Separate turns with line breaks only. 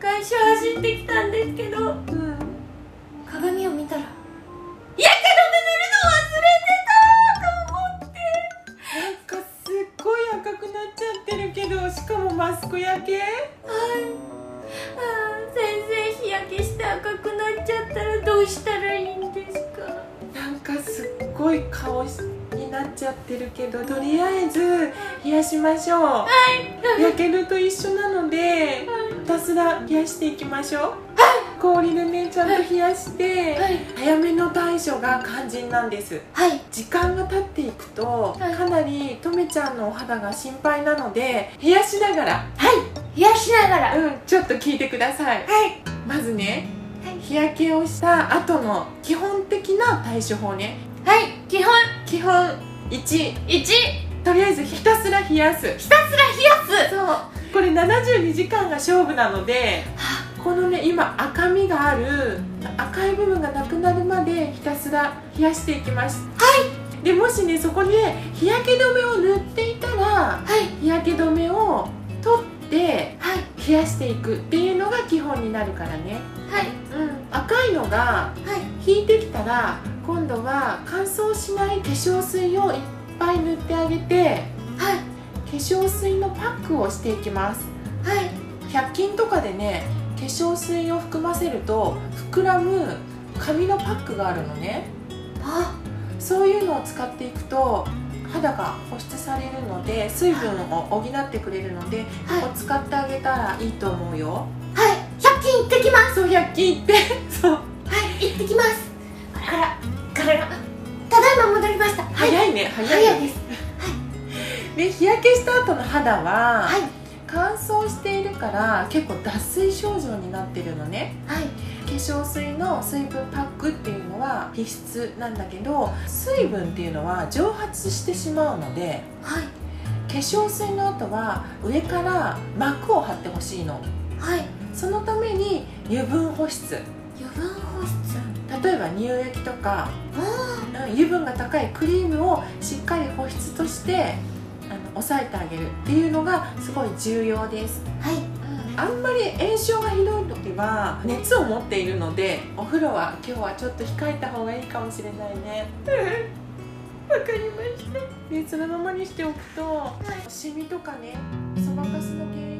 最初走ってきたんですけど
うん
鏡を見たらやけどめ塗るの忘れてたと思って
なんかすっごい赤くなっちゃってるけどしかもマスク焼
は
け
いあー先生日焼けして赤くなっちゃったらどうしたらいいんですか
なんかすっごい顔になっちゃってるけどとりあえず冷やしましょう
はい
やけどと一緒なのでひたすら冷やしていきましょう氷でねちゃんと冷やして
はい
早めの対処が肝心なんです
はい
時間が経っていくと
はい
かなりとめちゃんのお肌が心配なので冷やしながら
冷やしながらはい
うんちょっと聞いてくださいまずね
はい
日焼けをした後の基本的な対処法ね
はい基本
基本1
1ひ
とりあえずひたすら冷やす
たすら冷やす
そうこれ72時間が勝負なのでこのね今赤みがある赤い部分がなくなるまでひたすら冷やしていきますはいでもしねそこにね日焼け止めを塗っていたら
はい
日焼け止めを取って
はい
冷やしていくっていうのが基本になるからね
はい
うん赤いのが
はい
引いてきたら今度は乾燥しない化粧水をいっぱい塗ってあげて
はい
化粧水のパックをしていきます
はい
100均とかでね化粧水を含ませると膨らむ紙のパックがあるのね
あ
そういうのを使っていくと肌が保湿されるので水分を補ってくれるので、
はい
ここ使ってあげたらいいと思うよ
はい100均行ってきます
そう100均行ってそう
はい行ってきますガラガラガラただいま戻りましたはい
早いね早いね
早いです
で日焼けした後の肌は、
はい
乾燥しているから結構脱水症状になってるのね
はい
化粧水の水分パックっていうのは必須なんだけど水分っていうのは蒸発してしまうので
はい
化粧水の後は上から膜を張ってほしいの
はい
そのために油分保湿
余分保湿
例えば乳液とか
あ
うん油分が高いクリームをしっかり保湿としてあの抑えてあげるっていうのがすごい重要です
ーはい
あんまり炎症がひどい時は熱を持っているのでお風呂は今日はちょっと控えた方がいいかもしれないね
わかりました
でそのままにしておくと
はい
シミとかねそばかすの原因